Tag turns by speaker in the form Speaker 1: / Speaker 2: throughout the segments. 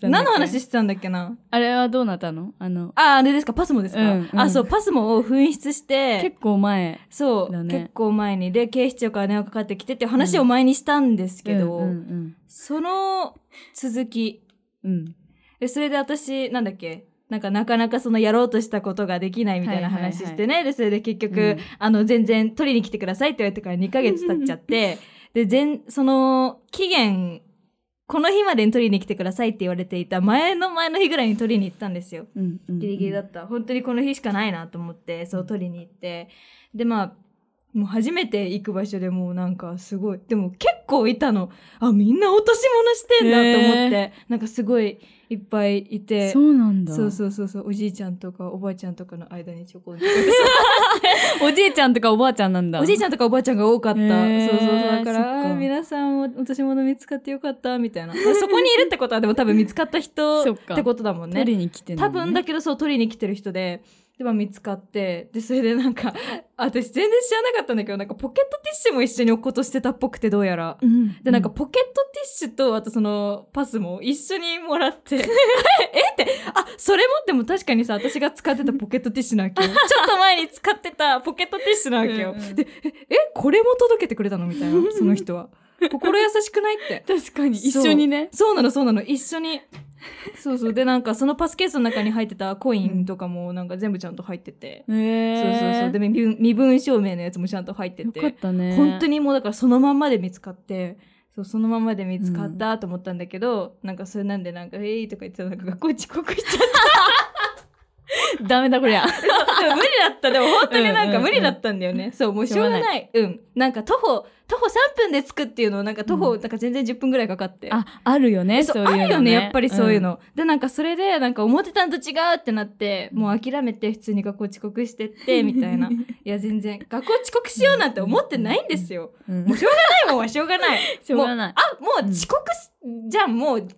Speaker 1: 何の話してたんだっけな
Speaker 2: あれはどうなったのあの、
Speaker 1: あ、あれですかパスモですか、
Speaker 2: うんうん
Speaker 1: あ、そう、パスモを紛失して、
Speaker 2: 結構前。
Speaker 1: そう、
Speaker 2: だね
Speaker 1: 結構前に、で、警視庁から電話かかってきてっていう話を前にしたんですけど、
Speaker 2: うんうん
Speaker 1: その続き、
Speaker 2: うん。うん
Speaker 1: でそれで私、なんだっけなんかなかなかそのやろうとしたことができないみたい
Speaker 2: は
Speaker 1: な
Speaker 2: いはいはい
Speaker 1: 話してね。で、それで結局、
Speaker 2: うん
Speaker 1: あの、全然取りに来てくださいって言われてから2ヶ月経っちゃって、で、全、その、期限、この日までに取りに来てくださいって言われていた前の前の日ぐらいに取りに行ったんですよ。
Speaker 2: うんうん。
Speaker 1: ギリギリだった。本当にこの日しかないなと思って、そう取りに行って。で、まあ、もう初めて行く場所でもうなんかすごい。でも結構いたの。あ、みんな落とし物してんだと思って。なんかすごいいっぱいいて。
Speaker 2: そうなんだ。
Speaker 1: そうそうそうそう。おじいちゃんとかおばあちゃんとかの間にちょこんと。
Speaker 2: おじいちゃんとかおばあちゃんなんだ。
Speaker 1: おじいちゃんとかおばあちゃんが多かった。
Speaker 2: へー
Speaker 1: そうそうそう。だか、
Speaker 2: そっから
Speaker 1: あー皆さん落とし物見つかってよかった、みたいな。そこにいるってことはでも多分見つかった 人
Speaker 2: そ
Speaker 1: っ
Speaker 2: っか
Speaker 1: てことだもんね。
Speaker 2: 取りに来てん
Speaker 1: 多
Speaker 2: のね
Speaker 1: 分だけどそう取りに来てる人で。でまあ見つかってでそれでなんか 私全然知らなかったんだけどなんかポケットティッシュも一緒に置こうとしてたっぽくてどうやら。
Speaker 2: うん。
Speaker 1: でなんかポケットティッシュとあとそのパスも一緒にもらって えってあそれもでも確かにさ私が使って たポケットティッシュなわけよちょっと前に使ってたポケットティッシュなわけよ
Speaker 2: うんうん
Speaker 1: でええこれも届けてくれたのみたいなその人は心優しくないって
Speaker 2: 確かに
Speaker 1: そう
Speaker 2: 一緒にね。
Speaker 1: そうなのそうなの一緒にそうそうでなんかそのパスケースの中に入ってたコインとかもなんか全部ちゃんと入ってて、
Speaker 2: へえ
Speaker 1: そうそうそうで身分身分証明のやつもちゃんと入ってて
Speaker 2: よかったね。
Speaker 1: 本当
Speaker 2: に。
Speaker 1: にもうだからそのまんまで見つかってそうそのまんまで見つかったと思ったんだけど、なんかそれなんでなんか「えい」とか言ってたらなんか学校遅刻しちゃっ
Speaker 2: ダメだこ りゃ。
Speaker 1: たでも無理だったでも本当になん
Speaker 2: うんうん
Speaker 1: か
Speaker 2: うん
Speaker 1: 無理だったんだよね、そうもうしょうがない
Speaker 2: しょうが
Speaker 1: うんなんか徒歩徒歩3分で着くっていうのをなんか徒歩、
Speaker 2: うん
Speaker 1: なんか全然10分ぐらいかかって
Speaker 2: あ、あるよね。
Speaker 1: そ
Speaker 2: そうういうの
Speaker 1: あるよねやっぱりそういう。
Speaker 2: ん
Speaker 1: の、でなんかそれでなんか思ってたんと違うってなってもう諦めて普通に学校遅刻し てってみたいないや全然学校遅刻しようなんて思ってないんですよ
Speaker 2: うん
Speaker 1: もうしょうがないもんはしょうがない
Speaker 2: しょうがない。
Speaker 1: もう遅刻すじゃんもう完全に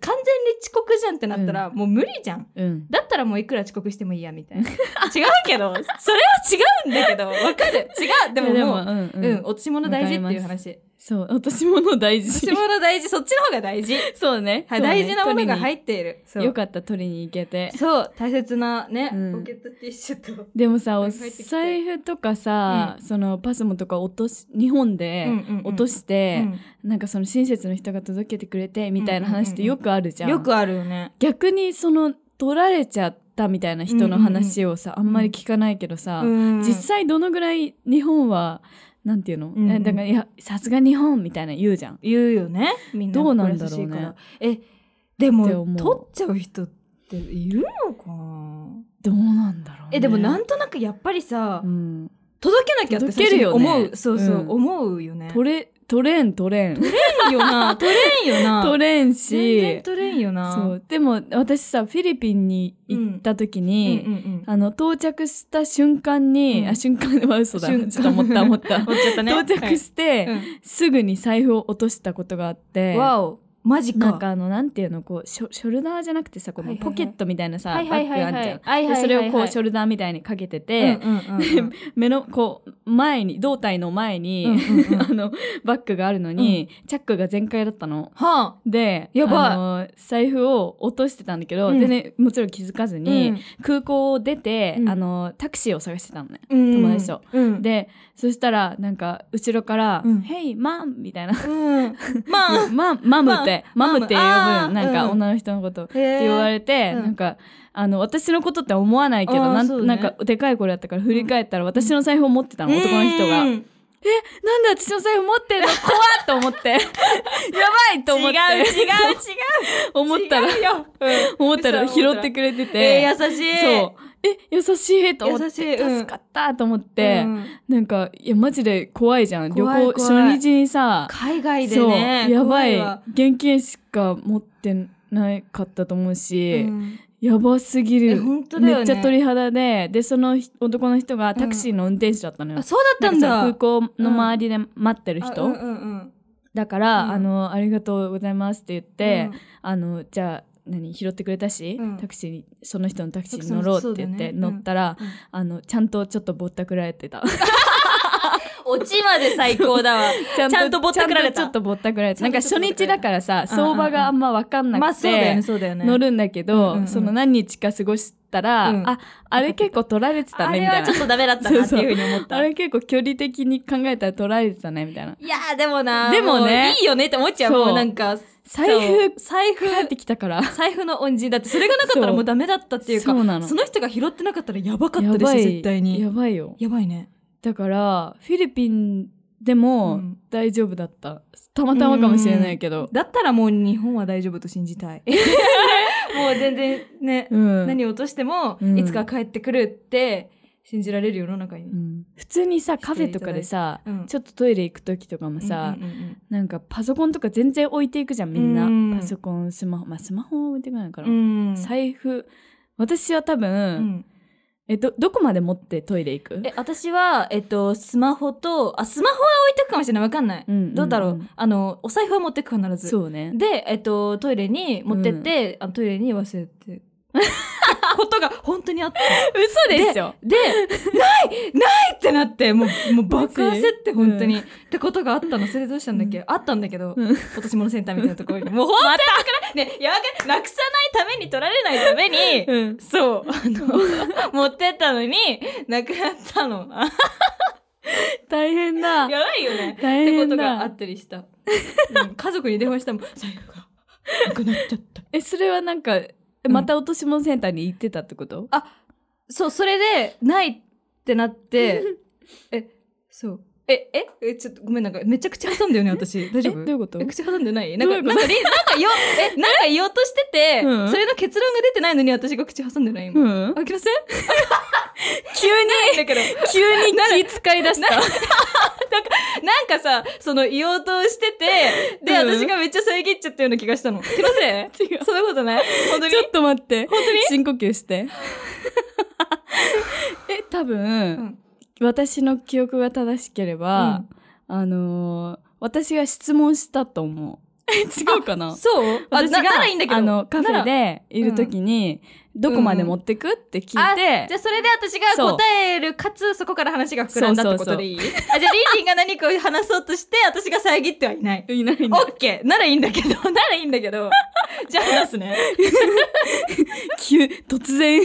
Speaker 1: 遅刻じゃんってなったら、もう無理じゃん
Speaker 2: うん。
Speaker 1: だったらもういくら遅刻してもいいや みたいな違うけどそれは違うんだけどわかる違うでももう
Speaker 2: うんうん
Speaker 1: う、ん、落とし物大事っていう話
Speaker 2: そう、私もの大
Speaker 1: 落と
Speaker 2: 事
Speaker 1: し。物大事そっちの方が大事、
Speaker 2: そうね。
Speaker 1: はい、大事なものが入
Speaker 2: っ
Speaker 1: っているそ
Speaker 2: て
Speaker 1: う
Speaker 2: よかった、取りに行けて。
Speaker 1: そう大切なね、
Speaker 2: うん
Speaker 1: ポケットティッシュと、
Speaker 2: でもさ、お
Speaker 1: いっぱい入ってきて
Speaker 2: 財布とかさ、そのパスモとか落とし、日本で落と
Speaker 1: し
Speaker 2: して、なんかその親切の人が届けてくれて、みたいな話ってよくあるじゃん。
Speaker 1: よくあるよね
Speaker 2: 逆にその、取られちゃったみたいな人の話をさ、あんまり聞かないけどさ、実
Speaker 1: 実
Speaker 2: 際どのぐらい日本は、なんていうの、
Speaker 1: うんうん
Speaker 2: だから、いや、さすが日本みたいな言うじゃん。
Speaker 1: 言うよねみんな
Speaker 2: どうなんだろうね
Speaker 1: 優しいからえでも
Speaker 2: って思う
Speaker 1: 取っちゃう人っているのかな
Speaker 2: どうなんだろう、ね。
Speaker 1: えでもなんとなくやっぱりさ、
Speaker 2: うん、
Speaker 1: 届けなきゃって
Speaker 2: 届けるよね
Speaker 1: 最初に思うそうそう、
Speaker 2: うん
Speaker 1: 思うよね
Speaker 2: 取れ、取れん、取れん。
Speaker 1: れんよな取れんよ な
Speaker 2: 取れん
Speaker 1: 全然
Speaker 2: し。
Speaker 1: 取れんよな
Speaker 2: そう。でも、私さ、フィリピンに行った時
Speaker 1: うんうん
Speaker 2: に、
Speaker 1: うん
Speaker 2: あの、到着した瞬間に、
Speaker 1: うん
Speaker 2: あ、瞬間は嘘だ。ちょ
Speaker 1: 瞬
Speaker 2: っ
Speaker 1: 間
Speaker 2: と思った、思った。
Speaker 1: 取っちゃったね
Speaker 2: 到着して、
Speaker 1: はい
Speaker 2: すぐに財布を落としたことがあっ
Speaker 1: う
Speaker 2: て
Speaker 1: ん、、わおマジか
Speaker 2: なんかあの、なんていうの、こう、ショショルダーじゃなくてさ、こ
Speaker 1: は
Speaker 2: の
Speaker 1: いはい
Speaker 2: ポ
Speaker 1: はい
Speaker 2: ケットみたいなさ、
Speaker 1: は
Speaker 2: バ
Speaker 1: いは
Speaker 2: ッ
Speaker 1: い
Speaker 2: グ
Speaker 1: はいは
Speaker 2: あ
Speaker 1: い
Speaker 2: んじゃん。
Speaker 1: はいはいはい
Speaker 2: で
Speaker 1: はい
Speaker 2: それをこう、ショルダーみたいにかけてて、
Speaker 1: うんうんうんうん
Speaker 2: 目の、こう、前に、胴体の前に、
Speaker 1: うんうんうん
Speaker 2: あの、バッグがあるのに、チャックが全開だったの。
Speaker 1: は
Speaker 2: で、
Speaker 1: やばい
Speaker 2: あの財布を落としてたんだけど、
Speaker 1: うん
Speaker 2: 全然もちろん気づかず
Speaker 1: あ
Speaker 2: に、空港を出て、
Speaker 1: うん
Speaker 2: あの、タクシーを探してたのね。
Speaker 1: 友
Speaker 2: 達と、
Speaker 1: うん、
Speaker 2: で、そしたら、なんか、後ろから、
Speaker 1: うん
Speaker 2: Hey, mom! みたいな。
Speaker 1: うん、まあ
Speaker 2: ママム って、
Speaker 1: マ
Speaker 2: マ
Speaker 1: ム
Speaker 2: ムって呼ぶ
Speaker 1: あー
Speaker 2: のなんか、
Speaker 1: うん
Speaker 2: 女の人のこと。っ
Speaker 1: へえ
Speaker 2: て言われて、
Speaker 1: うん
Speaker 2: なんか、あの、私のことって思わないけど、
Speaker 1: あー
Speaker 2: なん,、
Speaker 1: そうね
Speaker 2: なんか、でかい子だったから振り返ったら、私の財布を持ってたの、男の人が。な
Speaker 1: う
Speaker 2: んんで私の財布持ってるの怖っと思 って。やばいと思って。
Speaker 1: 違う違う違 う
Speaker 2: 思ったら、
Speaker 1: 違うよ、うん
Speaker 2: 思ったら拾ってくれてて、
Speaker 1: えー、優しい
Speaker 2: そうえ優しいと思って
Speaker 1: 優しいうん
Speaker 2: 助かったと思っ
Speaker 1: で
Speaker 2: て、なんかいやマジで怖いじゃん
Speaker 1: 怖い
Speaker 2: 旅行
Speaker 1: 怖い
Speaker 2: 初日にさ
Speaker 1: 海外でね
Speaker 2: そうやば
Speaker 1: 怖
Speaker 2: い
Speaker 1: わ
Speaker 2: 現金しか持ってなかったと思う
Speaker 1: う
Speaker 2: し、
Speaker 1: ん
Speaker 2: やばすぎ
Speaker 1: え
Speaker 2: る、
Speaker 1: 本当だよね
Speaker 2: めっちゃ鳥肌ででそのひ男の人がタクシーの運転手だったのよ、
Speaker 1: あそうだったんだ
Speaker 2: なんかさ空港の周りで待ってる人、
Speaker 1: あうんうんうん
Speaker 2: だから、
Speaker 1: うん
Speaker 2: あの「ありがとうございます」って言って、あのじゃあ何拾ってくれたし、
Speaker 1: うん
Speaker 2: タクシーにその人のタクシーに
Speaker 1: そ
Speaker 2: 乗ろうって言っ
Speaker 1: そうだね
Speaker 2: て
Speaker 1: うん
Speaker 2: 乗ったら、あのちゃんとちょっとぼったくられてた
Speaker 1: うんオチまで最高だわ。
Speaker 2: ちゃ
Speaker 1: ちゃんとぼったくられた
Speaker 2: ちゃんとちょっとぼったくられた
Speaker 1: ちゃ
Speaker 2: なん
Speaker 1: ん
Speaker 2: か
Speaker 1: とちょ
Speaker 2: 初
Speaker 1: っとぼったくられた
Speaker 2: 日だからさ
Speaker 1: うんうんうん
Speaker 2: 相場があんま分かんなくて、
Speaker 1: まあそうだよね、そうだよね。
Speaker 2: 乗るんだけど、
Speaker 1: うんうんうん
Speaker 2: その何日か過ごしたら、
Speaker 1: うん
Speaker 2: ああれ結構取られてた
Speaker 1: あ
Speaker 2: ねみ
Speaker 1: れ
Speaker 2: たい
Speaker 1: は
Speaker 2: な
Speaker 1: ちょっとダメだったなっていうふうに思った。
Speaker 2: あれ結構距離的に考えたら取られてたねみたいない
Speaker 1: やーでもな
Speaker 2: でもね
Speaker 1: ういいよねって思っちゃう。
Speaker 2: そう
Speaker 1: もうなんか、
Speaker 2: 財
Speaker 1: そう財布
Speaker 2: 布、返ってきた から
Speaker 1: 財布の恩人だって、それがなかったら
Speaker 2: そう
Speaker 1: もうダメだったっていうか、
Speaker 2: そうなの
Speaker 1: その人が拾ってなかったらやばかった
Speaker 2: や
Speaker 1: でしょ、
Speaker 2: ばい
Speaker 1: 絶対に。
Speaker 2: やばいよ
Speaker 1: やばいね。
Speaker 2: だからフィリピンでも
Speaker 1: うん
Speaker 2: 大丈夫だった、たまたまかもしれないけど、
Speaker 1: だったらもう日本は大丈夫と信じたい。 もう全然ね、
Speaker 2: うん
Speaker 1: 何を落としても、
Speaker 2: うん
Speaker 1: いつか帰ってくるって信じられる世の中に。
Speaker 2: うん普通にさカフェとかでさ、
Speaker 1: うん
Speaker 2: ちょっとトイレ行く時とかもさ、
Speaker 1: うんうんうん
Speaker 2: なんかパソコンとか全然置いていくじゃんみんな、
Speaker 1: うん
Speaker 2: パソコンスマホまあスマホは置いていかないから、
Speaker 1: うん
Speaker 2: 財布私は多分、
Speaker 1: うん
Speaker 2: えどどこまで持ってトイレ行く
Speaker 1: え私は、えっと、スマホとあスマホは置いてくかもしれないわかんない、
Speaker 2: うんうんうん
Speaker 1: どうだろうあのお財布は持ってく必ず
Speaker 2: そうね
Speaker 1: で、えっと、トイレに持ってって、あのトイレに忘れ てことが本当にあって
Speaker 2: 嘘でしょ
Speaker 1: でないないってなってもうもう爆
Speaker 2: マジ
Speaker 1: 焦って本当に、
Speaker 2: う
Speaker 1: ってことがあったのそれどうしたんだっけ、
Speaker 2: う
Speaker 1: あったんだけど、
Speaker 2: うん
Speaker 1: 落とし物センターみたいなところ にもう本当になくないねやばくないなくさないために取られないために
Speaker 2: うん
Speaker 1: そう。あの、 持ってったのに、なくなったの。あ
Speaker 2: 大変だ
Speaker 1: やばいよね。っ
Speaker 2: 大
Speaker 1: てこ
Speaker 2: 変
Speaker 1: とがあ
Speaker 2: だ
Speaker 1: ったりした。うん家族に電話したもん、財布が、なくなっちゃった。
Speaker 2: えそれはなんかえ
Speaker 1: ん
Speaker 2: また落とし物センターに行ってたってこと、
Speaker 1: そう、それで、ないってな って、え、 そう。え、え、え、ちょっとごめん、なんかめちゃくちゃ挟んだよね、私。大
Speaker 2: え
Speaker 1: 丈
Speaker 2: ど
Speaker 1: 夫
Speaker 2: ういうこと
Speaker 1: え口挟んでないなん
Speaker 2: どうい
Speaker 1: か、
Speaker 2: うこ
Speaker 1: なん
Speaker 2: と
Speaker 1: かり、なんかよ、え、なんか言おうとしてて、
Speaker 2: うん
Speaker 1: それの結論が出てないのに私が口挟んでない 今。
Speaker 2: うん
Speaker 1: あ、きません急に、だけど、
Speaker 2: 急に気使い出した
Speaker 1: なんかさ、その言おうとしてて、で、
Speaker 2: うん
Speaker 1: 私がめっちゃ遮っちゃったような気がしたの。気のせい
Speaker 2: 違う
Speaker 1: そんなことない本当に
Speaker 2: ちょっと待って。
Speaker 1: 本当に
Speaker 2: 深呼吸 して。え、多分、
Speaker 1: ん
Speaker 2: 私の記憶が正しければ、あのー私が質問したと思う。違うかな
Speaker 1: そうあ、
Speaker 2: 私
Speaker 1: な
Speaker 2: が
Speaker 1: ならいいんだけど。
Speaker 2: あの、カフェ
Speaker 1: なら。
Speaker 2: でいるときに、どこまで持ってくって聞
Speaker 1: あ
Speaker 2: いて、
Speaker 1: じゃあそれで私が
Speaker 2: そう
Speaker 1: 答える、かつそこから話が膨らんだってことでいいあ、じゃあリンリンが何かを話そうとして、私が遮ってはいない。
Speaker 2: いない
Speaker 1: オ
Speaker 2: な
Speaker 1: ッケーならいいんだけど、ならいいんだけど。じゃあ話すね。
Speaker 2: 急、 突然、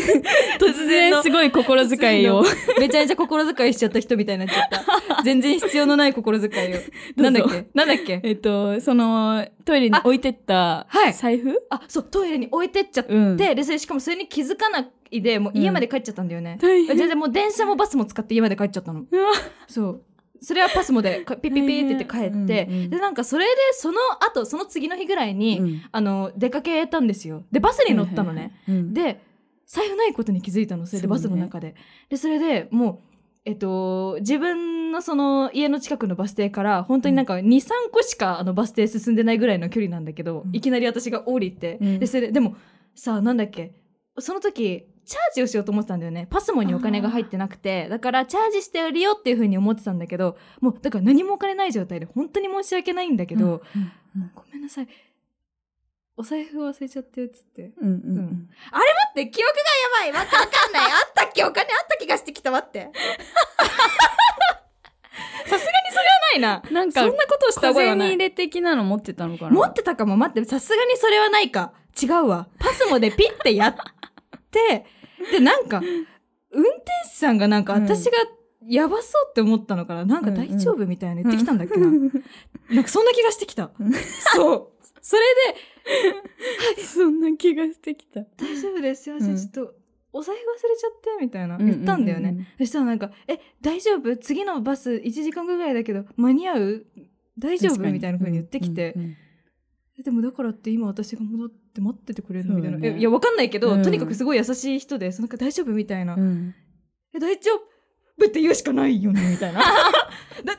Speaker 2: 突
Speaker 1: 然の
Speaker 2: 然すごい心遣いを。
Speaker 1: めちゃめちゃ心遣いしちゃった人みたいになっちゃった。全然必要のない心遣いを。なんだっけなんだっ け
Speaker 2: えっと、その、トイレに置いてった
Speaker 1: はい
Speaker 2: 財布、
Speaker 1: あ、そう、トイレに置いてっちゃって、
Speaker 2: うん
Speaker 1: で、それしかもそれに気づかないで、もう家まで帰っちゃったんだよね。
Speaker 2: 大
Speaker 1: 全
Speaker 2: 変。
Speaker 1: 然もう電車もバスも使って家まで帰っちゃったの。
Speaker 2: うわ
Speaker 1: そう。それはパスモでかピピピって言って帰って、
Speaker 2: うんうん
Speaker 1: で、なんかそれでその後、その次の日ぐらいに、
Speaker 2: うん
Speaker 1: あの、出かけたんですよ。で、バスに乗ったのね。。
Speaker 2: うん
Speaker 1: で、財布ないことに気づいたの、それ
Speaker 2: そうね
Speaker 1: でバスの中で。で、それでもう、えっと、自分のその家の近くのバス停から本当になんか23個しかあのバス停進んでないぐらいの距離なんだけど、
Speaker 2: うん
Speaker 1: いきなり私が降りて、
Speaker 2: うん
Speaker 1: でそれでもさあなんだっけその時チャージをしようと思ってたんだよねパスモにお金が入ってなくてだからチャージして売りよっていうふうに思ってたんだけどもうだから何もお金ない状態で本当に申し訳ないんだけど、も
Speaker 2: うん
Speaker 1: うごめんなさいお財布忘れちゃってっつって
Speaker 2: うんうんう
Speaker 1: う
Speaker 2: んん、
Speaker 1: って記憶がやばいわかわかんない あったっけお金あった気がしてきたわってさすがにそれはないな
Speaker 2: なんか
Speaker 1: そんなことをし
Speaker 2: 小
Speaker 1: た覚え
Speaker 2: 銭
Speaker 1: はな
Speaker 2: 入
Speaker 1: い
Speaker 2: れ的なの持ってたのかな
Speaker 1: 持ってたかも待ってさすがにそれはないか違うわパスモでピッてやって でなんか運転手さんがなんか
Speaker 2: うん
Speaker 1: 私がやばそうって思ったのから、なんか大丈夫みたいな言ってきたんだっけな、 なんかそんな気がしてきた
Speaker 2: うん
Speaker 1: そうそれ で
Speaker 2: そんな気がしてきた
Speaker 1: 大丈夫ですすいません、
Speaker 2: うん
Speaker 1: ちょっとお財布忘れちゃってみたいな言ったんだよね、
Speaker 2: うんうんうん
Speaker 1: そしたらなんか「え大丈夫次のバス1時間後ぐらいだけど間に合う大丈夫?」みたいな風に言ってきて、
Speaker 2: うんうん
Speaker 1: えでもだからって今私が戻って待っててくれるの
Speaker 2: そ
Speaker 1: み
Speaker 2: う
Speaker 1: た
Speaker 2: だ
Speaker 1: い
Speaker 2: ね
Speaker 1: な、えいやわかんないけど、
Speaker 2: うん
Speaker 1: とにかくすごい優しい人でそのなんか大丈夫みたいな、
Speaker 2: うん
Speaker 1: え大丈夫って言うしかないよね みたいなだ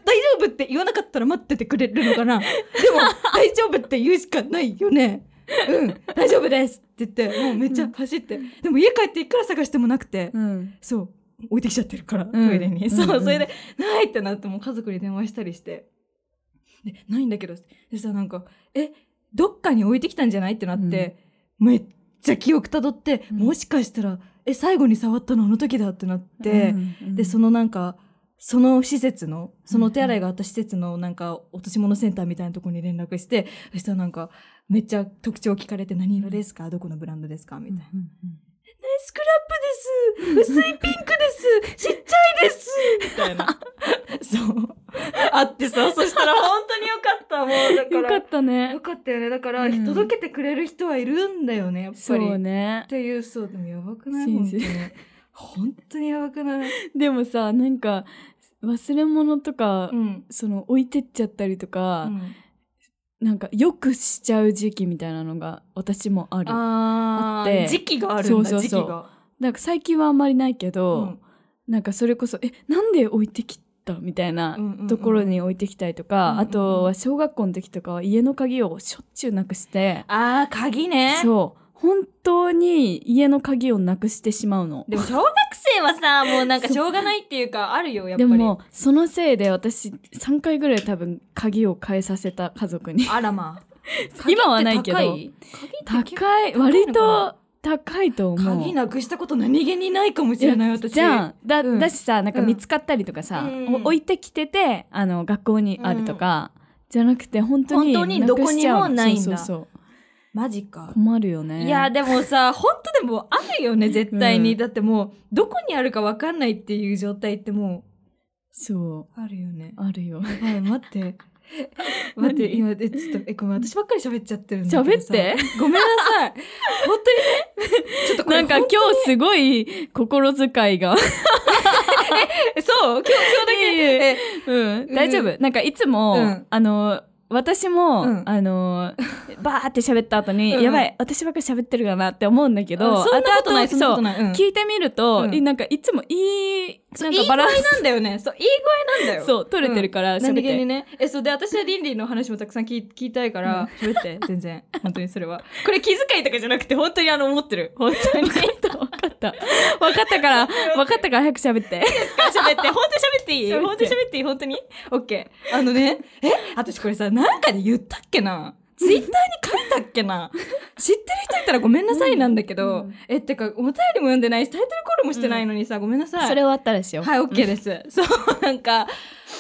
Speaker 1: 大丈夫って言わなかったら待っててくれるの かなでも大丈夫って言うしかないよねうん大丈夫ですって言ってもうめっちゃ走って、でも家帰っていくら探してもなくて、
Speaker 2: うん
Speaker 1: そう置いてきちゃってるから、
Speaker 2: うん
Speaker 1: トイレに、
Speaker 2: うん
Speaker 1: そう
Speaker 2: うん
Speaker 1: それで「ない!」ってなってもう家族に電話したりして「でないんだけど」でさなんか「えどっかに置いてきたんじゃない?」ってなって、めっちゃ記憶たどって、
Speaker 2: うん
Speaker 1: もしかしたら「え最後に触ったのあの時だ」ってなって、でそ
Speaker 2: の
Speaker 1: のなんかその施設のそのお手洗いがあった施設のなんか落とし物センターみたいなところに連絡してそしたらなんかめっちゃ特徴聞かれて「何色ですかどこのブランドですか?」みたいな。ナイスクラップです薄いピンクですちっちゃいですみたいな。 そう。あってさ、そしたら本当によかった。もうだか
Speaker 2: よ
Speaker 1: ら。
Speaker 2: かったね
Speaker 1: よ。かったよね。だから、
Speaker 2: うん
Speaker 1: 届けてくれる人はいるんだよね、やっぱ
Speaker 2: そ
Speaker 1: り。
Speaker 2: う
Speaker 1: っ
Speaker 2: ね。
Speaker 1: ていう、そう、でもやばくない
Speaker 2: 信
Speaker 1: 本
Speaker 2: じ
Speaker 1: 当に。本当にやばく ない
Speaker 2: でもさ、なんか忘れ物とか、
Speaker 1: うん。
Speaker 2: その置いてっちゃったりとか、なんかよくしちゃう時期みたいなのが私もある。あ
Speaker 1: あ
Speaker 2: っ
Speaker 1: ー
Speaker 2: て
Speaker 1: 時期があるんだ
Speaker 2: そうそうそう
Speaker 1: 時期が。
Speaker 2: なんか最近はあんまりないけ
Speaker 1: う
Speaker 2: ど
Speaker 1: ん、
Speaker 2: なんかそれこそえなんで置いてきたみたいな
Speaker 1: うんうんうん
Speaker 2: ところに置いてきたりとか、
Speaker 1: うんうんうん
Speaker 2: あとは小学校の時とかは家の鍵をしょっちゅうなくして、
Speaker 1: あー、鍵ね。
Speaker 2: そう本当に家の鍵をなくしてしまうの。
Speaker 1: でも小学生はさ、もうなんかしょうがないっていうか、あるよ、やっぱ
Speaker 2: で
Speaker 1: り。
Speaker 2: もそのせいで私3回ぐらい多分鍵を変えさせた家族に
Speaker 1: あら まあ。
Speaker 2: 今はないけど
Speaker 1: 鍵って高い鍵って結構
Speaker 2: 高い割と高いと思う
Speaker 1: 鍵なくしたこと何気にないかもしれない私
Speaker 2: じゃんだ,、
Speaker 1: うん
Speaker 2: だしさなんか
Speaker 1: うん
Speaker 2: 見つかったりとかさ、
Speaker 1: うん
Speaker 2: お置いてきててあの学校にあるとか、じゃなくて本当に
Speaker 1: 本当にどこにもないん
Speaker 2: く
Speaker 1: だ
Speaker 2: しちゃうのそうそうそう
Speaker 1: マジか
Speaker 2: 困るよね
Speaker 1: いやでも さ本当でもあるよね絶対に、
Speaker 2: うん
Speaker 1: だってもうどこにあるか分かんないっていう状態っても
Speaker 2: そう
Speaker 1: うあるよね
Speaker 2: あるよ
Speaker 1: やばい待って 待って今えちょっとえごめん私ばっかり喋っちゃってるんだけど
Speaker 2: 喋っ
Speaker 1: さ
Speaker 2: て
Speaker 1: ごめんなさい 本当にね ちょっとこれ
Speaker 2: なんか今日すごい心遣いが
Speaker 1: えそう今日今日だけ
Speaker 2: いえいえ
Speaker 1: え
Speaker 2: うん大丈夫、なんかいつも、
Speaker 1: うん
Speaker 2: あの私も、
Speaker 1: うん
Speaker 2: あのバーって喋った後に、
Speaker 1: うん
Speaker 2: やばい私ばっかり喋ってるかなって思うんだけど
Speaker 1: あそんなことない
Speaker 2: 後
Speaker 1: そ
Speaker 2: 々
Speaker 1: んな
Speaker 2: そ
Speaker 1: こと
Speaker 2: う
Speaker 1: ない、う
Speaker 2: 聞
Speaker 1: ん、
Speaker 2: いてみると、
Speaker 1: うん
Speaker 2: いなんかいつもいい
Speaker 1: そ
Speaker 2: な
Speaker 1: うんい
Speaker 2: か
Speaker 1: い
Speaker 2: バ
Speaker 1: 声
Speaker 2: ランス
Speaker 1: なんだよねそういい声なんだよ
Speaker 2: そう取れてるから喋っ
Speaker 1: 何
Speaker 2: て、
Speaker 1: 気にねえそうで私はリンリンの話もたくさん聞い聞 きたいから喋って全然本当にそれはこれ気遣いとかじゃなくて本当にあの思ってる本当 に喋って
Speaker 2: 分かった分かったから分かったから早く喋って
Speaker 1: 本当に 喋っていい
Speaker 2: 喋って
Speaker 1: 本当に喋っていい本当にオッケーあのねえ私これさなんかで言ったっけなツイッターに書いたっけな知ってる人いたらごめんなさいなんだけ
Speaker 2: う
Speaker 1: ど、
Speaker 2: ん
Speaker 1: えってかお便りも読んでないしタイトルコールもしてないのにさ、ごめんなさい
Speaker 2: それ終わったらしよう、
Speaker 1: はい、オッケーです。 そう、なんか、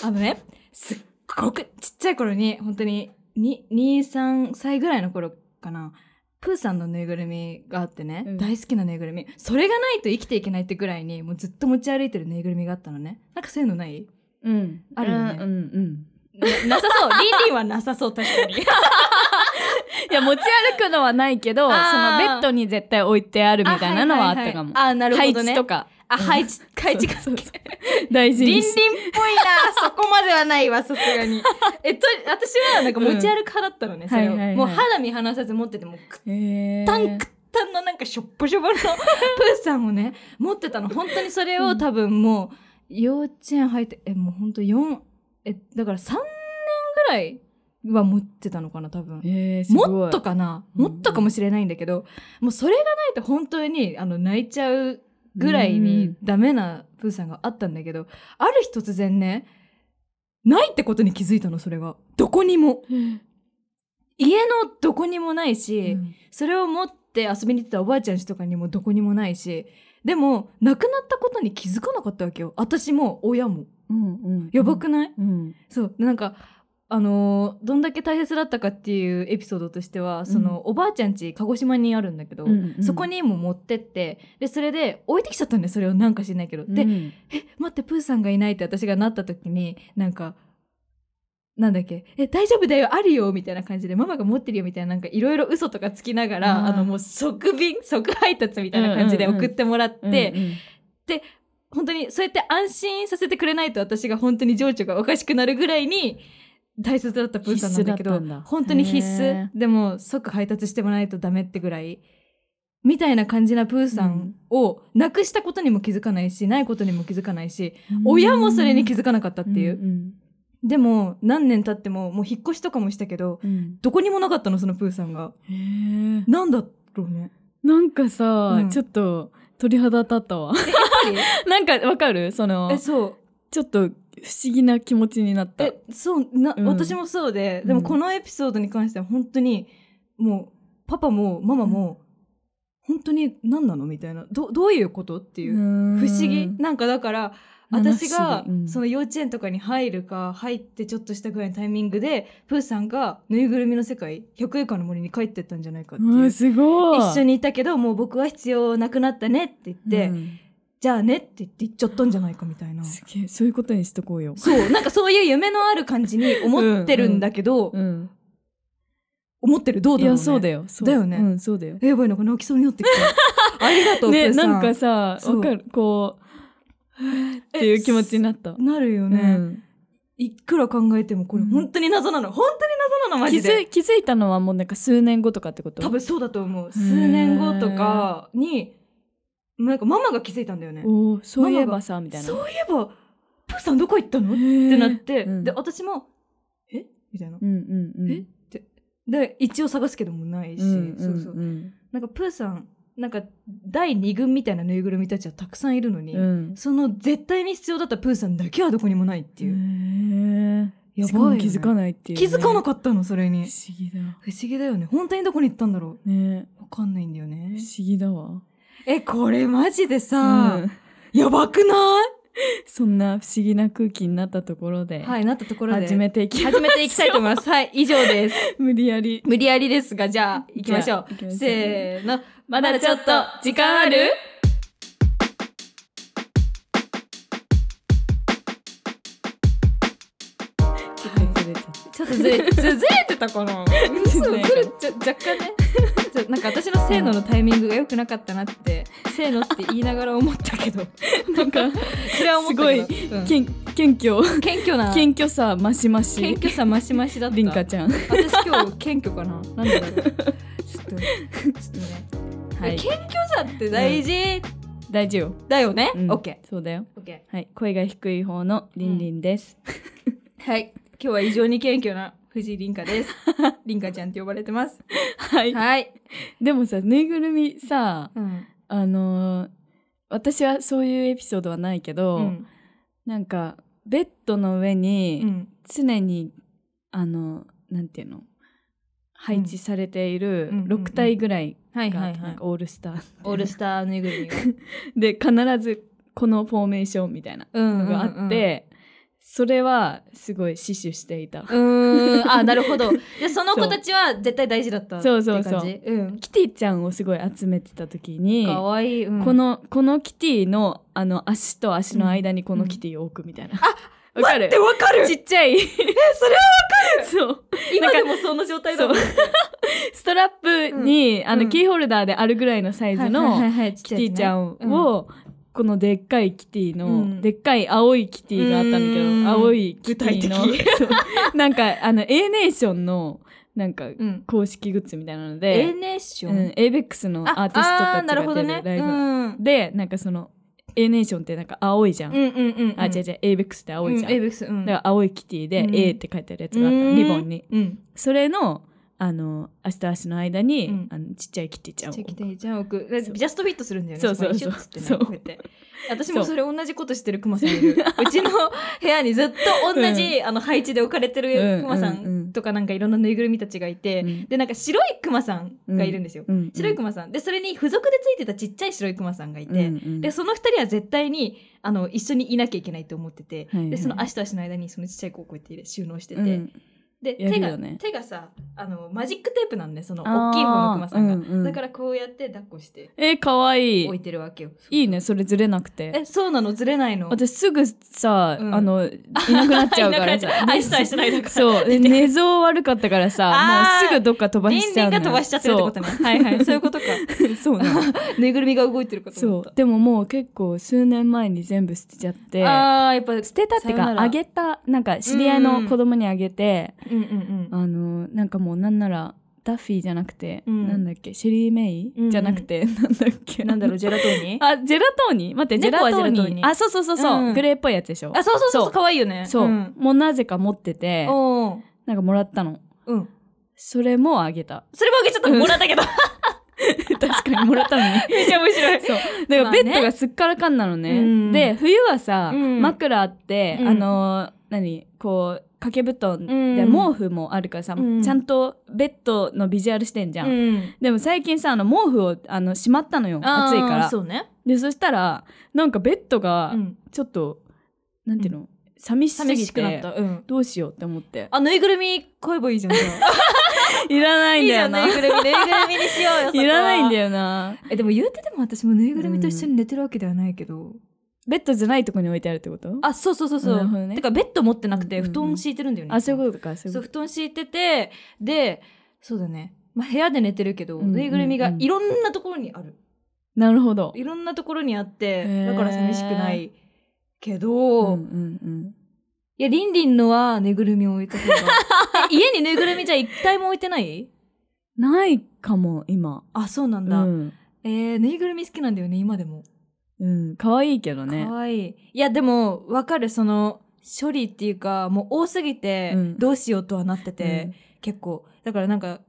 Speaker 1: あのね、すっごくちっちゃい頃に、本当に、に2、3歳ぐらいの頃かな、プーさんのぬいぐるみがあってね、
Speaker 2: うん
Speaker 1: 大好きなぬいぐるみ。それがないと生きていけないってぐらいに、もうずっと持ち歩いてるぬいぐるみがあったのね。なんかそういうのない
Speaker 2: うん
Speaker 1: あるよね
Speaker 2: うんうん
Speaker 1: ななさそう。リンリンはなさそう、確 かに。
Speaker 2: いや持ち歩くのはないけどそ
Speaker 1: あー
Speaker 2: のベッドに絶対置いてあるみたいなのはあったかも、
Speaker 1: あ、はいはいはいあなるほど
Speaker 2: 配置
Speaker 1: ね。
Speaker 2: とか
Speaker 1: あ、配置、配置が
Speaker 2: そうそうそう大事
Speaker 1: リンリン
Speaker 2: に
Speaker 1: っ
Speaker 2: し
Speaker 1: ぽいなそこまではないわさす がにえっと私はなんか持ち歩く派だったのね、
Speaker 2: ん
Speaker 1: それを、
Speaker 2: はいはいはい
Speaker 1: もう肌身離さず持っててもうく
Speaker 2: へー
Speaker 1: タンクタンのなんかしょっぽしょぼのプーさんをね持ってたの本当にそれを多分もう幼稚園入ってえもう本当四えだから3年ぐらいは持ってたのかな多分
Speaker 2: へーすごい
Speaker 1: もっとかな
Speaker 2: うん
Speaker 1: もっとかもしれないんだけど、もうそれがないと本当にあの泣いちゃうぐらいにダメなプーさんがあったんだけど、ある日突然ねないってことに気づいたのそれがどこにも
Speaker 2: うん
Speaker 1: 家のどこにもないし、
Speaker 2: うん
Speaker 1: それを持って遊びに行ってたおばあちゃんちとかにもどこにもないしでも亡くなったことに気づかなかったわけよ私も親も
Speaker 2: うんうん
Speaker 1: やばくない、
Speaker 2: うん
Speaker 1: そうでなんかあのーどんだけ大切だったかっていうエピソードとしてはその、おばあちゃんち鹿児島にあるんだけど、
Speaker 2: うんうん
Speaker 1: そこにも持ってってでそれで置いてきちゃったんだよそれをなんか知んないけど、
Speaker 2: うん
Speaker 1: で待ってプーさんがいないって私がなった時になんかなんだっけえ大丈夫だよあるよみたいな感じでママが持ってるよみたいななんかいろいろ嘘とかつきながら
Speaker 2: あ
Speaker 1: あ
Speaker 2: ー
Speaker 1: のもう即便 即配達みたいな感じで
Speaker 2: うんうんうん
Speaker 1: 送ってもらって、
Speaker 2: うんうん
Speaker 1: 本当にそうやって安心させてくれないと私が本当に情緒がおかしくなるぐらいに大切だったプーさんなんだ
Speaker 2: 必
Speaker 1: け
Speaker 2: 須だ
Speaker 1: ど
Speaker 2: ったんだ
Speaker 1: 本当に必
Speaker 2: へ
Speaker 1: 須でも即配達してもらわないとダメってぐらいみたいな感じなプーさんをなくしたことにも気づかないしないことにも気づかないし親もそれに気づかなかったっていう、
Speaker 2: うん
Speaker 1: でも何年経ってももう引っ越しとかもしたけど
Speaker 2: うんうん
Speaker 1: どこにもなかったのそのプーさんが
Speaker 2: へー
Speaker 1: なんだろうね
Speaker 2: なんかさ、
Speaker 1: うん
Speaker 2: ちょっと鳥肌立ったわ なんかわかるその
Speaker 1: えそう
Speaker 2: ちょっと不思議な気持ちになった
Speaker 1: えそうな、
Speaker 2: うん
Speaker 1: 私もそうで
Speaker 2: うん
Speaker 1: でもこのエピソードに関しては本当にもうパパもママも本当に何なのみたいなどどういうことっていう
Speaker 2: 不
Speaker 1: 不思議なんかだから私が
Speaker 2: 七不思議うん
Speaker 1: その幼稚園とかに入るか入ってちょっとしたぐらいのタイミングでプーさんがぬいぐるみの世界百円間の森に帰ってったんじゃないかっていう、
Speaker 2: うん
Speaker 1: 一
Speaker 2: すごい
Speaker 1: 緒にいたけどもう僕は必要なくなったねって言って、
Speaker 2: うん
Speaker 1: じゃあねって言って行っちゃったんじゃないかみたいな
Speaker 2: すげえそういうことにしとこうよ、
Speaker 1: そうなんかそういう夢のある感じに思ってるんだけど、
Speaker 2: うん、
Speaker 1: 思ってるどう
Speaker 2: い
Speaker 1: だろう、
Speaker 2: や
Speaker 1: ね、
Speaker 2: そうだよそう
Speaker 1: だよね
Speaker 2: うんそうだよ
Speaker 1: やばいなんか泣きそうになってきたありがとう、プ
Speaker 2: ね
Speaker 1: ーさん
Speaker 2: なんかさ
Speaker 1: そう
Speaker 2: わかるこう っていう気持ちになった、
Speaker 1: なるよね、
Speaker 2: うん
Speaker 1: いくら考えてもこれ
Speaker 2: うん
Speaker 1: 本当に謎なの、本当に謎なのマ
Speaker 2: 気
Speaker 1: ジ
Speaker 2: づ
Speaker 1: で
Speaker 2: い気づいたのはもうなんか数年後とかってこと
Speaker 1: 多分そうだと思う
Speaker 2: ー
Speaker 1: 数年後とかになんかママが気づいたんだよね
Speaker 2: おーそういえ
Speaker 1: ママ
Speaker 2: ばさみたいな
Speaker 1: そういえばプーさんどこ行ったのっ
Speaker 2: へー
Speaker 1: てなって、
Speaker 2: うん
Speaker 1: で私もえみたいな、
Speaker 2: うんうんうん
Speaker 1: えってで一応探すけどもないし、
Speaker 2: うんうん
Speaker 1: そうそう
Speaker 2: うん
Speaker 1: なんかプーさんなんか第2軍みたいなぬいぐるみたちはたくさんいるのに、
Speaker 2: うん
Speaker 1: その絶対に必要だったプーさんだけはどこにもないっていう、
Speaker 2: へえ
Speaker 1: やばいよね
Speaker 2: しかも気づかないっていうね、
Speaker 1: 気づかな
Speaker 2: か
Speaker 1: かったのそれに
Speaker 2: 不思議だ
Speaker 1: 不思議だよね本当にどこに行ったんだろ
Speaker 2: ね
Speaker 1: うわかんないんだよ
Speaker 2: 不
Speaker 1: ね
Speaker 2: 思議だわ
Speaker 1: えこれマジでさ、
Speaker 2: うん
Speaker 1: やばくない
Speaker 2: そんな不思議な空気になったところで、
Speaker 1: はいなったところで
Speaker 2: 始めていき
Speaker 1: 始めていきたいと思い ますはい以上です
Speaker 2: 無理やり
Speaker 1: 無理やりですがじゃあ行きましょ
Speaker 2: じゃあ行きましょ
Speaker 1: う
Speaker 2: う
Speaker 1: せーのま
Speaker 2: だちょっと時間あるちょっとずれちゃった
Speaker 1: ちょっとずれずずれてたかなそうずれちゃ若干ねちょなんか私のせーののタイミングが良くなかったなってせーのって言いながら思ったけど
Speaker 2: なんか
Speaker 1: それは思ったけど
Speaker 2: す
Speaker 1: うん
Speaker 2: 謙謙虚
Speaker 1: 謙虚な
Speaker 2: 謙虚さマシマシ
Speaker 1: 謙虚さマシマシだった
Speaker 2: リンカちゃん
Speaker 1: 私今日謙虚かななんでだろうちょっとちょっとね、
Speaker 2: はい
Speaker 1: 謙虚さって大事
Speaker 2: 大丈夫
Speaker 1: だよね、
Speaker 2: うん
Speaker 1: オッケ
Speaker 2: そうだよ
Speaker 1: ーオッケ
Speaker 2: はい声が低い方のリンリンです、
Speaker 1: ーはい今日は異常に謙虚な藤井凛香です 凛香ちゃんって呼ばれてます
Speaker 2: はい
Speaker 1: はい、
Speaker 2: でもさぬいぐるみさ
Speaker 1: うん
Speaker 2: あのー私はそういうエピソードはないけど、
Speaker 1: うん
Speaker 2: なんかベッドの上
Speaker 1: う
Speaker 2: に
Speaker 1: ん
Speaker 2: 常に、あのなんていうの配置されている
Speaker 1: うんうん
Speaker 2: 6体ぐらい
Speaker 1: はい
Speaker 2: が
Speaker 1: はい
Speaker 2: な
Speaker 1: は
Speaker 2: ん
Speaker 1: い
Speaker 2: かオールスター、
Speaker 1: オールスターぬいぐるみが
Speaker 2: で必ずこのフォーメーションみたいな
Speaker 1: うん
Speaker 2: のがあって、それはすごい死守していた、
Speaker 1: うんうんうーんあなるほどでその子たちは絶対大事だったって
Speaker 2: そ
Speaker 1: 感
Speaker 2: う
Speaker 1: じ
Speaker 2: そうそう
Speaker 1: うん
Speaker 2: キティちゃんをすごい集めてた時に
Speaker 1: かわいい、うん
Speaker 2: このこのキティのあの足と足の間にこのキティを置くみたいな、わか
Speaker 1: 待
Speaker 2: る
Speaker 1: ってわかる
Speaker 2: ちっちゃい
Speaker 1: それは
Speaker 2: そう
Speaker 1: 今でもその状態だもん
Speaker 2: そ ストラップに、
Speaker 1: ん
Speaker 2: あの、
Speaker 1: うん
Speaker 2: キーホルダーであるぐらいのサイズの
Speaker 1: キ
Speaker 2: キティちゃんを、
Speaker 1: うん
Speaker 2: このでっかいキティの、
Speaker 1: うん
Speaker 2: でっかい青いキティがあったんだけ
Speaker 1: うーん
Speaker 2: ど青いキティの
Speaker 1: 具体
Speaker 2: そう なんかあの A ネーションのなんか
Speaker 1: うん
Speaker 2: 公式グッズみたいなの
Speaker 1: A
Speaker 2: で、
Speaker 1: ネーショ
Speaker 2: う
Speaker 1: ン
Speaker 2: ん、ABEX のアーティスト
Speaker 1: あ
Speaker 2: た
Speaker 1: ー
Speaker 2: ち
Speaker 1: なるほ
Speaker 2: が
Speaker 1: ど
Speaker 2: 出
Speaker 1: ね
Speaker 2: るライブ、
Speaker 1: うん、うん
Speaker 2: でなんかその A ネーションってなんか青いじゃん、
Speaker 1: うんうんうん
Speaker 2: あ違う違う ABEX って青いじゃん、
Speaker 1: うん、エイベックスうん
Speaker 2: だから青いキティで
Speaker 1: うん
Speaker 2: A って書いてあるやつがあったのリボンに
Speaker 1: うん
Speaker 2: それの、あの、足と足の間に、
Speaker 1: うん
Speaker 2: あのちっちゃいキティちゃんを。
Speaker 1: チェキテイちゃんを置く
Speaker 2: そう
Speaker 1: ジャストフィットするんだよね
Speaker 2: そうそう
Speaker 1: こにシュッつってね
Speaker 2: そう
Speaker 1: こうやって私もそれ同じことしてるクマさん いるうちの部屋にずっと同じ、あの配置で置かれてるクマさ
Speaker 2: うんうんうん
Speaker 1: んとかなんかいろんなぬいぐるみたちがいて、
Speaker 2: うん
Speaker 1: でなんか白いクマさんがいるんですよ、
Speaker 2: うんうん
Speaker 1: 白いクマさんでそれに付属でついてたちっちゃい白いクマさんがいて、
Speaker 2: うんうん
Speaker 1: でその二人は絶対にあの一緒にいなきゃいけないと思ってて、
Speaker 2: はいはい
Speaker 1: でその足と足の間にそのちっちゃい子をこうやって収納してて、
Speaker 2: うん
Speaker 1: で
Speaker 2: や
Speaker 1: 手
Speaker 2: る
Speaker 1: が、
Speaker 2: よね
Speaker 1: 手がさあのマジックテープなんでその
Speaker 2: あー
Speaker 1: 大きい方のクマさんが、
Speaker 2: うんうん
Speaker 1: だからこうやって抱っこして
Speaker 2: えー、かわいい
Speaker 1: 置い。てるわけよ
Speaker 2: いいね、それずれなくて。
Speaker 1: えそうなのずれないの
Speaker 2: 私すぐさ、
Speaker 1: うん
Speaker 2: あの、いなくなっちゃうからさ
Speaker 1: いなくなっちゃう。足と足の間から
Speaker 2: そう。で寝相悪かったから
Speaker 1: あ
Speaker 2: さ、
Speaker 1: ー
Speaker 2: もうすぐどっか飛ば
Speaker 1: リ
Speaker 2: し
Speaker 1: ン
Speaker 2: ち
Speaker 1: リ
Speaker 2: ゃう
Speaker 1: ン
Speaker 2: のよ。
Speaker 1: が飛ばしちゃってるってことねはいはいそういうことか
Speaker 2: とそう なの
Speaker 1: ぬいぐるみが動いてること
Speaker 2: そう。でももう結構数年前に全部捨てちゃって、
Speaker 1: あーやっぱ
Speaker 2: 捨てたって
Speaker 1: さよな
Speaker 2: か、
Speaker 1: ら
Speaker 2: あげた、なんか知り合いの子供にあげて、
Speaker 1: うんうんうん
Speaker 2: あのなんかもうなんならダッフィーじゃなくて、
Speaker 1: うん
Speaker 2: なんだっけシェリー・メイ、
Speaker 1: うんうん
Speaker 2: じゃなくて なんだっけ
Speaker 1: なんだろうジェラトーニ
Speaker 2: あジェラトーニ待ってジェラ
Speaker 1: 猫
Speaker 2: ト
Speaker 1: は
Speaker 2: ーニ
Speaker 1: ジェラトーニ
Speaker 2: あそうそうそうそう、
Speaker 1: うん
Speaker 2: グレーっぽいやつでしょ
Speaker 1: あそうそうそう
Speaker 2: そ
Speaker 1: そうう可愛いよね
Speaker 2: そう、
Speaker 1: ん
Speaker 2: もうなぜか持ってて
Speaker 1: おー
Speaker 2: なんかもらったの
Speaker 1: うん
Speaker 2: それもあげ た
Speaker 1: それもあげちゃったのもらったけど
Speaker 2: 確かにもらったの に
Speaker 1: めっちゃ面白い
Speaker 2: そうだか
Speaker 1: ま
Speaker 2: ら
Speaker 1: あ
Speaker 2: ベ
Speaker 1: ね
Speaker 2: ッドがすっからかんなのね、
Speaker 1: うん
Speaker 2: で冬はさ、
Speaker 1: うん
Speaker 2: 枕あって、
Speaker 1: うん
Speaker 2: あの何こう掛け布団で
Speaker 1: うん
Speaker 2: 毛布もあるからさ、
Speaker 1: うん
Speaker 2: ちゃんとベッドのビジュアルしてんじゃん、
Speaker 1: うん
Speaker 2: でも最近さあの毛布をあのしまったのよ暑いか
Speaker 1: あー
Speaker 2: ら
Speaker 1: そうね
Speaker 2: でそしたらなんかベッドが
Speaker 1: うん
Speaker 2: ちょっとなんていうの、寂しす
Speaker 1: 寂
Speaker 2: ぎ
Speaker 1: しくなってた。うん。
Speaker 2: どうしようって思って
Speaker 1: あ、ぬいぐるみ買えばいいじゃん。じゃあ
Speaker 2: いらない
Speaker 1: い
Speaker 2: ん
Speaker 1: い
Speaker 2: だ
Speaker 1: じゃ
Speaker 2: よ
Speaker 1: ん、
Speaker 2: な
Speaker 1: ぬいぐるみ。ぬいぐるみにしようよ。そこはい
Speaker 2: ら ないんだ。よな
Speaker 1: え、でも言うてでも私もぬいぐるみと一緒に寝てるわけではないけど。
Speaker 2: ベッドじゃないとこに置いてあるってこと
Speaker 1: あ、そうそうそうそ
Speaker 2: なるほど
Speaker 1: う。
Speaker 2: ね
Speaker 1: てか、ベッド持ってなく
Speaker 2: う
Speaker 1: て、
Speaker 2: んうんう
Speaker 1: 布
Speaker 2: ん
Speaker 1: 団敷いてるんだよね。
Speaker 2: あそういうことかそういう
Speaker 1: そう、
Speaker 2: こ
Speaker 1: 布団敷いてて、で、そうだね。まあ、部屋で寝てるけ
Speaker 2: う
Speaker 1: ど、
Speaker 2: んうんうん
Speaker 1: ぬいぐるみがいろんなところにある。
Speaker 2: となるほど
Speaker 1: いろんなところにあっ
Speaker 2: へ
Speaker 1: て、
Speaker 2: ー
Speaker 1: だから寂しくないけ
Speaker 2: うんう
Speaker 1: ど、
Speaker 2: んうん
Speaker 1: いや、リンリンのはぬいぐるみを置いた 方が。え家にぬいぐるみじゃ一体も置いてない
Speaker 2: ないかも今
Speaker 1: あ、そうなん
Speaker 2: う
Speaker 1: だ。
Speaker 2: ん
Speaker 1: えー、ぬいぐるみ好きなんだよね、今でも。
Speaker 2: うん可愛いけど
Speaker 1: か
Speaker 2: ね
Speaker 1: わいい。いや、でも、わかる、その、処理っていうか、もう多すぎて
Speaker 2: う、ん
Speaker 1: どうしようとはなってて、結構。だからなんか、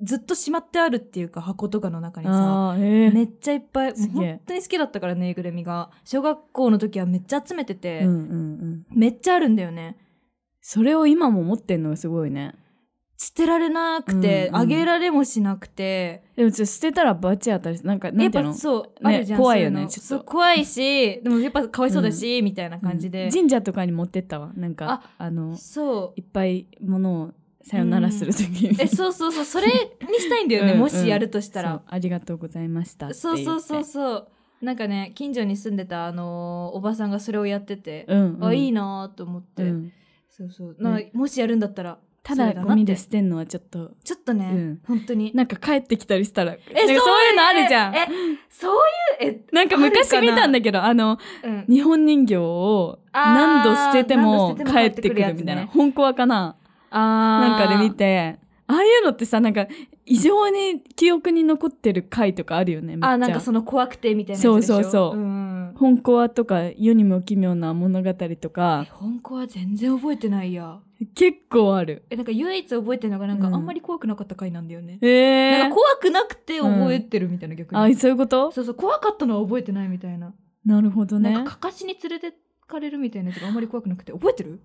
Speaker 1: ずっとしまってあるっていうか、箱とかの中
Speaker 2: う
Speaker 1: に
Speaker 2: ん
Speaker 1: さ、
Speaker 2: ああえ
Speaker 1: めっちゃいっぱい、もう
Speaker 2: すげえ
Speaker 1: 本当に好きだったから、ぬいぐるみが。小学校の時はめっちゃ集めてて、
Speaker 2: うんうんうん
Speaker 1: めっちゃあるんだよね。
Speaker 2: それを今も持ってんのがすごいね
Speaker 1: 捨てられなくて、
Speaker 2: うんうん
Speaker 1: あげられもしなくて
Speaker 2: でもちょっと捨てたらバチ当たりなんかな
Speaker 1: や
Speaker 2: ん
Speaker 1: って
Speaker 2: いう
Speaker 1: ぱ
Speaker 2: の
Speaker 1: そう、
Speaker 2: ね
Speaker 1: あるじゃん
Speaker 2: 怖いよね
Speaker 1: そううの
Speaker 2: ちょっと
Speaker 1: そう怖いしでもやっぱかわいそうだし、みたいな感じで、
Speaker 2: 神社とかに持ってったわなんかあの
Speaker 1: そう
Speaker 2: いっぱいものをさよならするときに、
Speaker 1: えそうそうそうそれにしたいんだよね
Speaker 2: うんうん
Speaker 1: もしやるとした
Speaker 2: そう
Speaker 1: ら
Speaker 2: ありがとうございましたって言
Speaker 1: そ
Speaker 2: っ
Speaker 1: う
Speaker 2: て
Speaker 1: そうそうそうなんかね近所に住んでたあのーおばさんがそれをやってて、
Speaker 2: うんうん
Speaker 1: あいいなーと思って、
Speaker 2: うん
Speaker 1: そうそうな、もしやるんだったら
Speaker 2: た
Speaker 1: そ
Speaker 2: だ
Speaker 1: れな
Speaker 2: ゴミで
Speaker 1: って
Speaker 2: 捨てんのはちょっと
Speaker 1: ちょっとね、
Speaker 2: うん
Speaker 1: 本当に
Speaker 2: なんか帰ってきたりしたら
Speaker 1: え
Speaker 2: なんかそういうのあるじゃん
Speaker 1: えそういう
Speaker 2: なんか昔
Speaker 1: ある
Speaker 2: 見
Speaker 1: かな
Speaker 2: たんだけどあの
Speaker 1: え、うん、
Speaker 2: 日本人形を何度捨てても
Speaker 1: あー何度捨てても
Speaker 2: 帰ってくるみたいな本コアかな
Speaker 1: あー
Speaker 2: なんかで見てああいうのってさなんか異常に記憶に残ってる回とかあるよねめっちゃ
Speaker 1: あなんかその怖くてみたいなやつでしょ
Speaker 2: そうそうそうん本コアとか世にも奇妙な物語と
Speaker 1: え
Speaker 2: か
Speaker 1: 本校は全然覚えてないや
Speaker 2: 結構ある
Speaker 1: えなんか唯一覚えてるのがなんか、
Speaker 2: うん
Speaker 1: あんまり怖くなかった回なんだよね、
Speaker 2: え
Speaker 1: な
Speaker 2: え
Speaker 1: んか怖くなくて覚えてるみたいな、逆に
Speaker 2: あそういうこと
Speaker 1: そうそう怖かったのは覚えてないみたいな、
Speaker 2: なるほどね
Speaker 1: なんかかかしに連れてかれるみたいなやつがあんまり怖くなくて覚えてる、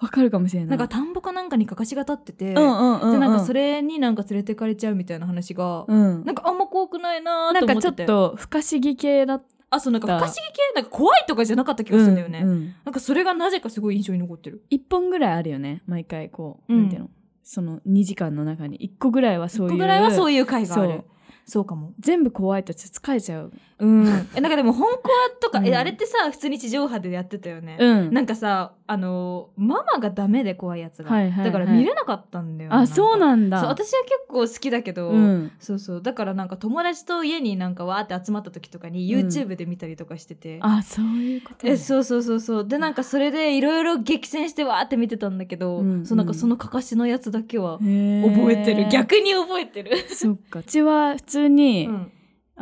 Speaker 2: わかるかもしれな
Speaker 1: ないんか田んぼかなんかにかかしが立ってて、
Speaker 2: うんうんうんう
Speaker 1: で
Speaker 2: ん
Speaker 1: なんかそれになんか連れてかれちゃうみたいな話が、
Speaker 2: うん
Speaker 1: なんかあんま怖くないなー
Speaker 2: な
Speaker 1: と
Speaker 2: ん
Speaker 1: 思
Speaker 2: か
Speaker 1: って
Speaker 2: ち
Speaker 1: て
Speaker 2: ょっと不可思議系だっ
Speaker 1: あそうなんか不可思議系なんか怖いとかじゃなかった気
Speaker 2: た
Speaker 1: がするんだよね、
Speaker 2: うんうん
Speaker 1: なんかそれがなぜかすごい印象に残ってる。
Speaker 2: 一本ぐらいあるよね毎回こう、
Speaker 1: うん
Speaker 2: なんていうのその2時間の中に1個ぐらいはそういう
Speaker 1: 僕ぐらいはそう
Speaker 2: う
Speaker 1: いう回があ
Speaker 2: そ
Speaker 1: る
Speaker 2: う。
Speaker 1: そうかも。
Speaker 2: 全部怖いとちょっと疲れちゃう
Speaker 1: うん。 え、なんかでも本コアとか、
Speaker 2: うん
Speaker 1: え、あれってさ、普通に地上波でやってたよね。
Speaker 2: うん
Speaker 1: なんかさ、あのーママがダメで怖いやつが。
Speaker 2: はいはいはい
Speaker 1: だから見れなかったんだよね。
Speaker 2: あそう
Speaker 1: な
Speaker 2: な
Speaker 1: ん
Speaker 2: んだ
Speaker 1: そう、私は結構好きだけど、
Speaker 2: うん
Speaker 1: そうそう。だからなんか友達と家になんかわーって集まった時とかに
Speaker 2: うん
Speaker 1: YouTube で見たりとかしてて。
Speaker 2: あそういうことね、
Speaker 1: えそうそうそうそうでなんかそれでいろいろ激戦してわーって見てたんだけど、
Speaker 2: うん
Speaker 1: そうなんかそのかかしのやつだけは
Speaker 2: へー
Speaker 1: 覚えてる、逆に覚えてる、
Speaker 2: そっかうちは普通に、
Speaker 1: ん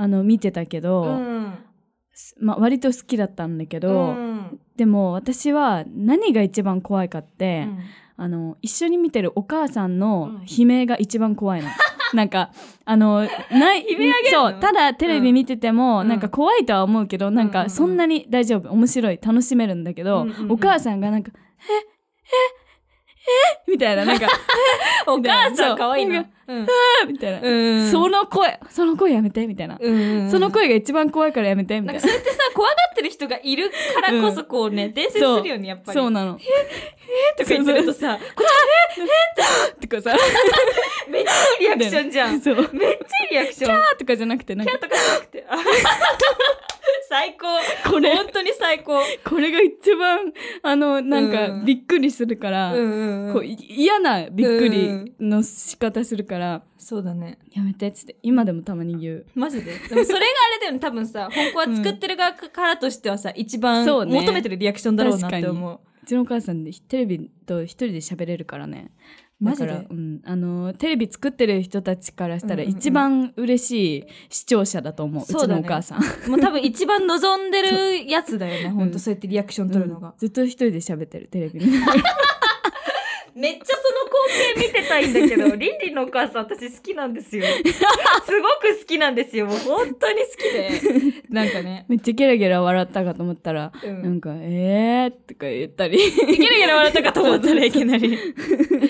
Speaker 2: あの見てたけど、
Speaker 1: うん
Speaker 2: すまあ、割と好きだったんだけど、
Speaker 1: うん
Speaker 2: でも私は何が一番怖いかっ
Speaker 1: う
Speaker 2: て、
Speaker 1: ん
Speaker 2: あの一緒に見てるお母さん
Speaker 1: うん
Speaker 2: の悲鳴が一番怖い の。なんかあのない
Speaker 1: 悲鳴上げるの
Speaker 2: そうただテレビ見てても、
Speaker 1: うん
Speaker 2: なんか怖いとは思うけど、なん
Speaker 1: うんうんうん
Speaker 2: かそんなに大丈夫面白い楽しめるんだけど、
Speaker 1: うんうんうん
Speaker 2: お母さんがなんか「えええみたいな なんか「
Speaker 1: お母さん可愛い
Speaker 2: な。
Speaker 1: なん
Speaker 2: えみたいな、
Speaker 1: うん
Speaker 2: そ
Speaker 1: の、
Speaker 2: の声その声やめて」みたいな、
Speaker 1: うん
Speaker 2: その声が一番怖いからやめて」み
Speaker 1: な
Speaker 2: た
Speaker 1: ん
Speaker 2: い
Speaker 1: か
Speaker 2: な
Speaker 1: そ。れってさ、怖がってる人がいるからこそこうね、伝説するよね、やっぱり。
Speaker 2: そう
Speaker 1: な
Speaker 2: なの。
Speaker 1: とか言ってるとさ、こ
Speaker 2: とか さ、
Speaker 1: れめっちゃいいリアクションじゃん。
Speaker 2: そう。
Speaker 1: めっちゃいいリアクション。
Speaker 2: とかじゃなくて、なん
Speaker 1: キャ
Speaker 2: か
Speaker 1: ーとかじゃなくて。あ最高。
Speaker 2: これ
Speaker 1: 本当に最高。
Speaker 2: これが一番あのなん
Speaker 1: うん
Speaker 2: かびっくりするから、
Speaker 1: ん
Speaker 2: こうい嫌なびっくりの仕方するから、
Speaker 1: そうだね。
Speaker 2: やめてっつって今でもたまに言う
Speaker 1: マジで。でもそれがあれだよね、多分さ、本校は作ってる側からとしてはさ、一番
Speaker 2: そうね
Speaker 1: 求めてるリアクションだろうなって思う。
Speaker 2: うちのお母さんでテレビと一人で喋れるからね
Speaker 1: マジで
Speaker 2: だから、うん、あのテレビ作ってる人たちからしたら
Speaker 1: うんうんうん
Speaker 2: 一番嬉しい視聴者だと思う,、う
Speaker 1: そうだね
Speaker 2: ちのお母さん
Speaker 1: もう多分一番望んでるやつだよね、ほんとそうやってリアクション取るのが。
Speaker 2: ずっと一人で喋ってるテレビ見ながら
Speaker 1: めっちゃその光景見てたいんだけ ど、リンリンのお母さん私好きなんです よ。すごく好きなんですよ。もう本当に好きで。なんかね。
Speaker 2: めっちゃゲラゲラ笑ったかと思ったら、
Speaker 1: うん
Speaker 2: なんか「えー」とか言ったり
Speaker 1: ゲラゲラ笑ったかと思ったらいきなり。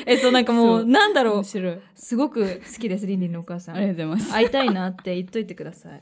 Speaker 1: え、そうなんかも、
Speaker 2: そうう
Speaker 1: なんだろ
Speaker 2: 面
Speaker 1: う。
Speaker 2: 白い
Speaker 1: すごく好きです、リンリンのお母さ
Speaker 2: あり
Speaker 1: ん。
Speaker 2: がとうございます
Speaker 1: 会いたいなって言っといてください。